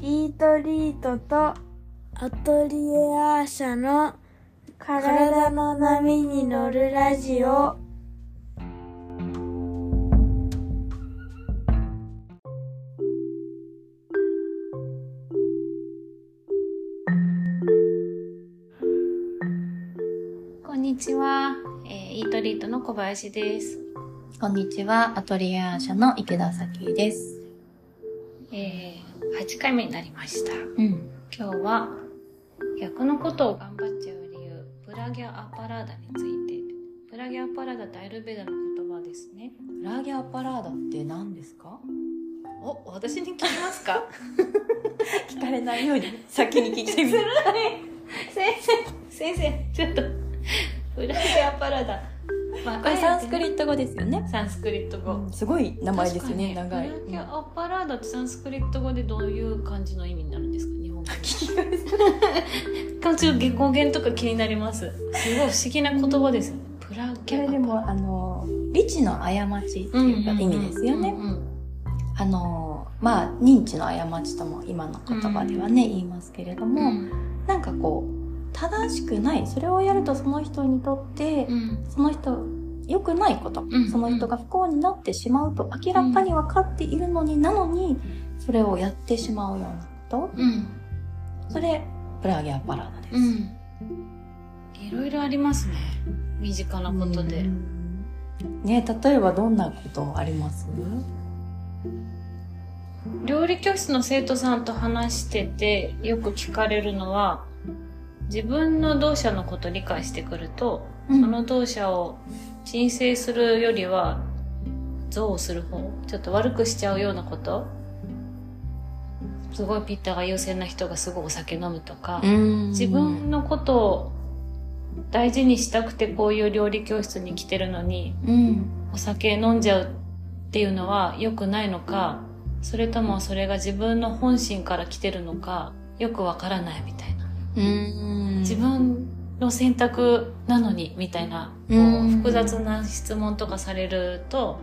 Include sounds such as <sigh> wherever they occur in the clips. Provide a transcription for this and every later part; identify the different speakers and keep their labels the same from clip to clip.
Speaker 1: イートリートと
Speaker 2: アトリエアーシャの
Speaker 1: 体の波に乗るラジオ
Speaker 3: こんにちは、えーイートリートの小林です。
Speaker 4: こんにちは、アトリエアー社の池田咲です。
Speaker 3: えー8回目になりました。
Speaker 4: うん。
Speaker 3: 今日は逆のことを頑張っちゃう理由、ブラギャアパラーダについて。ブラギャアパラーダってアイルベーダの言葉ですね。
Speaker 4: ブラギャパラーダって何ですか
Speaker 3: お、私に聞きますか
Speaker 4: <laughs> 聞かれないように先に聞いてみ <laughs>
Speaker 3: ずる
Speaker 4: る
Speaker 3: い。先生、先生、ちょっと、ブラギャアパラーダ。まあ
Speaker 4: これサンスクリ
Speaker 3: ッ
Speaker 4: ット語ですよね。
Speaker 3: サンスクリット語。
Speaker 4: すごい名前ですよね、
Speaker 3: 確
Speaker 4: 長
Speaker 3: か
Speaker 4: い。
Speaker 3: にブラギャアパラーダってサンスクリット語でどういう感じの意味になるんですか日本語で。ちょっと語源とか気になります。すごい不思議な言葉ですよね。ブラ
Speaker 4: こ
Speaker 3: ギャ
Speaker 4: れ
Speaker 3: ア
Speaker 4: でも、あの、理知の過ちっていうか意味ですよね。あの、まあ、認知の過ちとも今の言葉ではね、言いますけれど
Speaker 3: も
Speaker 4: も、なんかこう、正しくない、それをやるとその人にとって、
Speaker 3: うん、
Speaker 4: その人、良くないこと、
Speaker 3: ん
Speaker 4: その人が不幸になってしまうと明らかに分かっているのになのに、それをやってしまうようなこ
Speaker 3: うん、
Speaker 4: と、それ、プラギアパラダです。
Speaker 3: うん。いろいろありますね。身近なことで。
Speaker 4: うんね例えばどんなことあります
Speaker 3: 料理教室の生徒さんと話しててよく聞かれるのは自分の動作のことを理解してくると、
Speaker 4: うん
Speaker 3: その動作を鎮静するよりは増する方ちょっと悪くしちゃうようなことすごいピッターが優先な人がすごいお酒飲むとか、自分のことを大事にしたくてこういう料理教室に来てるのに
Speaker 4: うん。
Speaker 3: お酒飲んじゃうっていうのは良くないのか、それともそれが自分の本心から来てるのか、よくわからないみたいな。
Speaker 4: うん。
Speaker 3: 自分の選択なのにみたいな、こ
Speaker 4: うん
Speaker 3: う複雑な質問とかされると、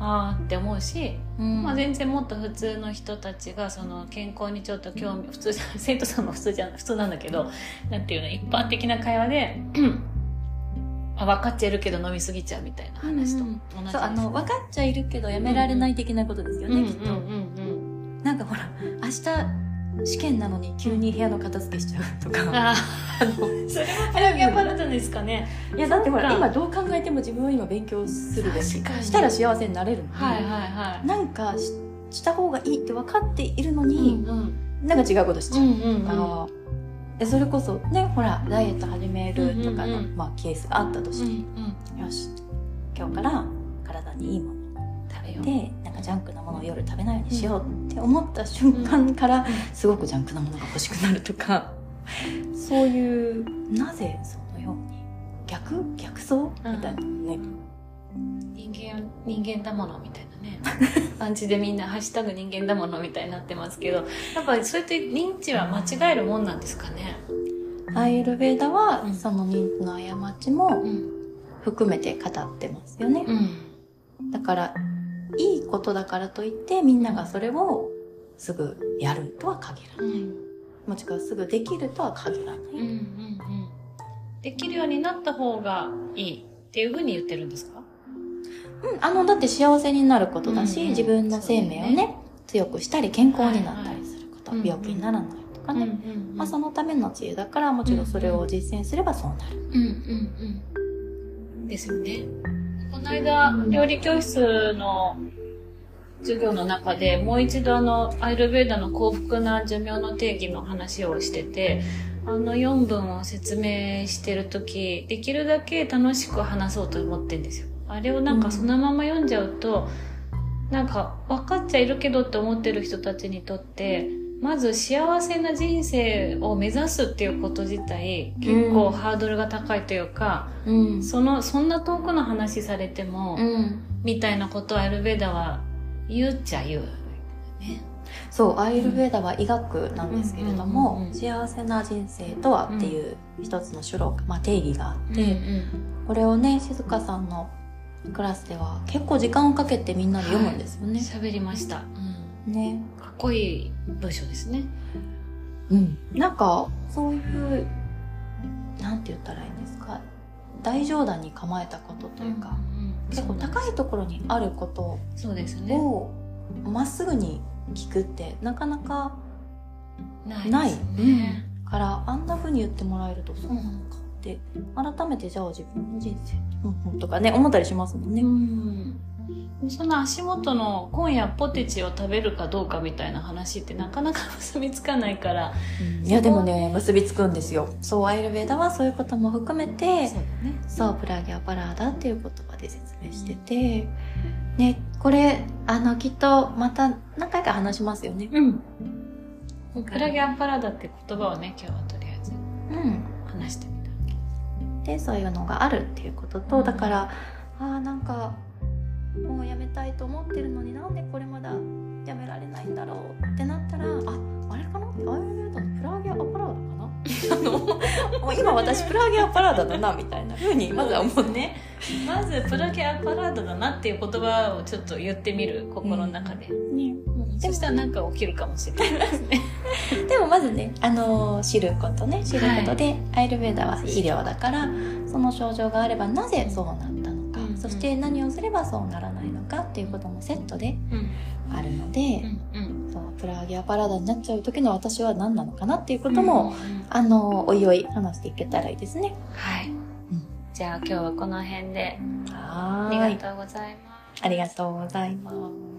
Speaker 3: あーって思うし、
Speaker 4: うん、
Speaker 3: まあ、全然もっと普通の人たちがその健康にちょっと興味普通 <laughs> じゃ生徒さんも普通じゃ普通なんだけどなんていうの一般的な会話で
Speaker 4: <clears throat>
Speaker 3: あ分かってるけど飲みすぎちゃうみたいな話と
Speaker 4: う
Speaker 3: 同
Speaker 4: ん
Speaker 3: じ
Speaker 4: そう、あの、分かっちゃいるけどやめられない的なことですよ
Speaker 3: うんうんう
Speaker 4: ね、
Speaker 3: ん
Speaker 4: きっと。
Speaker 3: うん
Speaker 4: なんかほら、明日、試験なのに急に部屋の片付けしちゃうとか。
Speaker 3: ああそれはプラギアパラダですかね
Speaker 4: いやだってほら
Speaker 3: そうか
Speaker 4: 今どう考えても自分は今勉強するべき
Speaker 3: 確かに
Speaker 4: したら幸せになれるのに
Speaker 3: はいはいは
Speaker 4: なんかしした方がいいって分かっているの
Speaker 3: い
Speaker 4: に、
Speaker 3: うんうん
Speaker 4: なんか違うことしち
Speaker 3: う
Speaker 4: ゃうん
Speaker 3: うん
Speaker 4: とか、でそれこそねほらダイエット始めるとかの、
Speaker 3: うんうんうん
Speaker 4: まあ、ケースがあったと
Speaker 3: うん
Speaker 4: し
Speaker 3: う
Speaker 4: て、
Speaker 3: ん
Speaker 4: よし今日から体にいいもの
Speaker 3: 食べよう
Speaker 4: でなんかジャンクなものを夜食べないようにしようって思った瞬間から、
Speaker 3: う
Speaker 4: すごくジャンクなものが欲しくなるとかそういうなぜそのように逆逆走みたいなね、
Speaker 3: 人間人間だものみたいなねアンチでみんな「ハッシュタグ人間だもの」みたいになってますけどやっぱりそうやって認知は間違えるもんなんですかね
Speaker 4: アイルベーダは、
Speaker 3: うん
Speaker 4: その認知の過ち
Speaker 3: う
Speaker 4: も
Speaker 3: ん
Speaker 4: 含めて語ってますよね、
Speaker 3: うん
Speaker 4: だからいいことだからといってみんながそれをすぐやるとは限らない
Speaker 3: うん
Speaker 4: もしくはすぐできるとは限らない、
Speaker 3: うんうんうんできるようになった方がいいっていうふうに言ってるんですか
Speaker 4: うんあのだって幸せになることだし、
Speaker 3: うんうん
Speaker 4: 自分の生命を
Speaker 3: そう
Speaker 4: ね
Speaker 3: だ
Speaker 4: 強くしたり健康になったりすること、
Speaker 3: はいはい
Speaker 4: 病気にならないとか
Speaker 3: うん
Speaker 4: ね、
Speaker 3: うん
Speaker 4: まあ、そのための知恵だからもちろんそれを実践すればそうなる、
Speaker 3: うんうんうんですよねこの間料理教室の授業の中でもう一度あのアイルベーダの幸福な寿命の定義の話をしててあの4文を説明してる時できるだけ楽しく話そうと思ってんですよあれをなんかそのまま読んじゃうと、なんか分かっちゃいるけどって思ってる人たちにとってまず幸せな人生を目指すっていうこと自体結構ハードルが高いというか、
Speaker 4: うん
Speaker 3: そのそんな遠くの話されても、
Speaker 4: うん、
Speaker 3: みたいなことをアイルベーダは言っちゃ言う。
Speaker 4: そうアイルベーダは医学なんですけれども、
Speaker 3: うんうんうんうん
Speaker 4: 幸せな人生とはっていう一つの種類、まあ、定義があって、
Speaker 3: うん
Speaker 4: これをね静香さんのクラスでは結構時間をかけてみんなで読むんですよ
Speaker 3: うん
Speaker 4: ね。
Speaker 3: 喋りました。
Speaker 4: ね
Speaker 3: 書こいい文章ですね。
Speaker 4: うん、なんかそういうなんて言ったらいいんですか大冗談に構えたことというか、結構高いところにあること
Speaker 3: そうですね。
Speaker 4: をまっすぐに聞くってなかなか
Speaker 3: な
Speaker 4: ない
Speaker 3: ですね。
Speaker 4: からあんな風に言ってもらえるとそう
Speaker 3: う
Speaker 4: なの
Speaker 3: ん
Speaker 4: かって改めてじゃあ自分の人生、うんうん、とかね思ったりしますもんね。
Speaker 3: うん、その足元の今夜ポテチを食べるかどうかみたいな話ってなかなか結びつかないから
Speaker 4: いやでもね結びつくんですよ。そうアイルベーダはそういうことも含めて
Speaker 3: うだね
Speaker 4: そうプラギャパラーダっていう言葉で説明してて、ねこれあのきっとまた何回か話しますよね。
Speaker 3: うんクラゲアンパラダって言葉をね今日はとりあえず
Speaker 4: うん
Speaker 3: 話してみた
Speaker 4: でそういうのがあるっていうことと、
Speaker 3: うん
Speaker 4: だからあーなんかもうやめたいと思ってるのになんでこれまだやめられないんだろうってなったらああれかなアイルベーダのプラーギャアパラーダかなあのもう今私プラーギャアパラーダだなみたいなふうにまずは思うね。
Speaker 3: まずプラゲアンパラダだなっていう言葉をちょっと言ってみる心の中で、
Speaker 4: ね
Speaker 3: うんそしたらなんか起きるかもしれないですね
Speaker 4: でもまずね、あのー知ることね知ることで、アイルベーダは医療だからその症状があればなぜそうなったのか、
Speaker 3: うん
Speaker 4: そして何をすればそうならないのかっていうこともセットで
Speaker 3: うん
Speaker 4: あるので、
Speaker 3: うん
Speaker 4: そうプラギアパラダになっちゃう時の私は何なのかなっていうこ
Speaker 3: うん
Speaker 4: と
Speaker 3: う
Speaker 4: も、
Speaker 3: ん
Speaker 4: あのーおいおい話していけたらいいですね。
Speaker 3: はい、
Speaker 4: ん
Speaker 3: じゃあ今日はこの辺で
Speaker 4: は
Speaker 3: ありがとうございます
Speaker 4: ありがとうございます。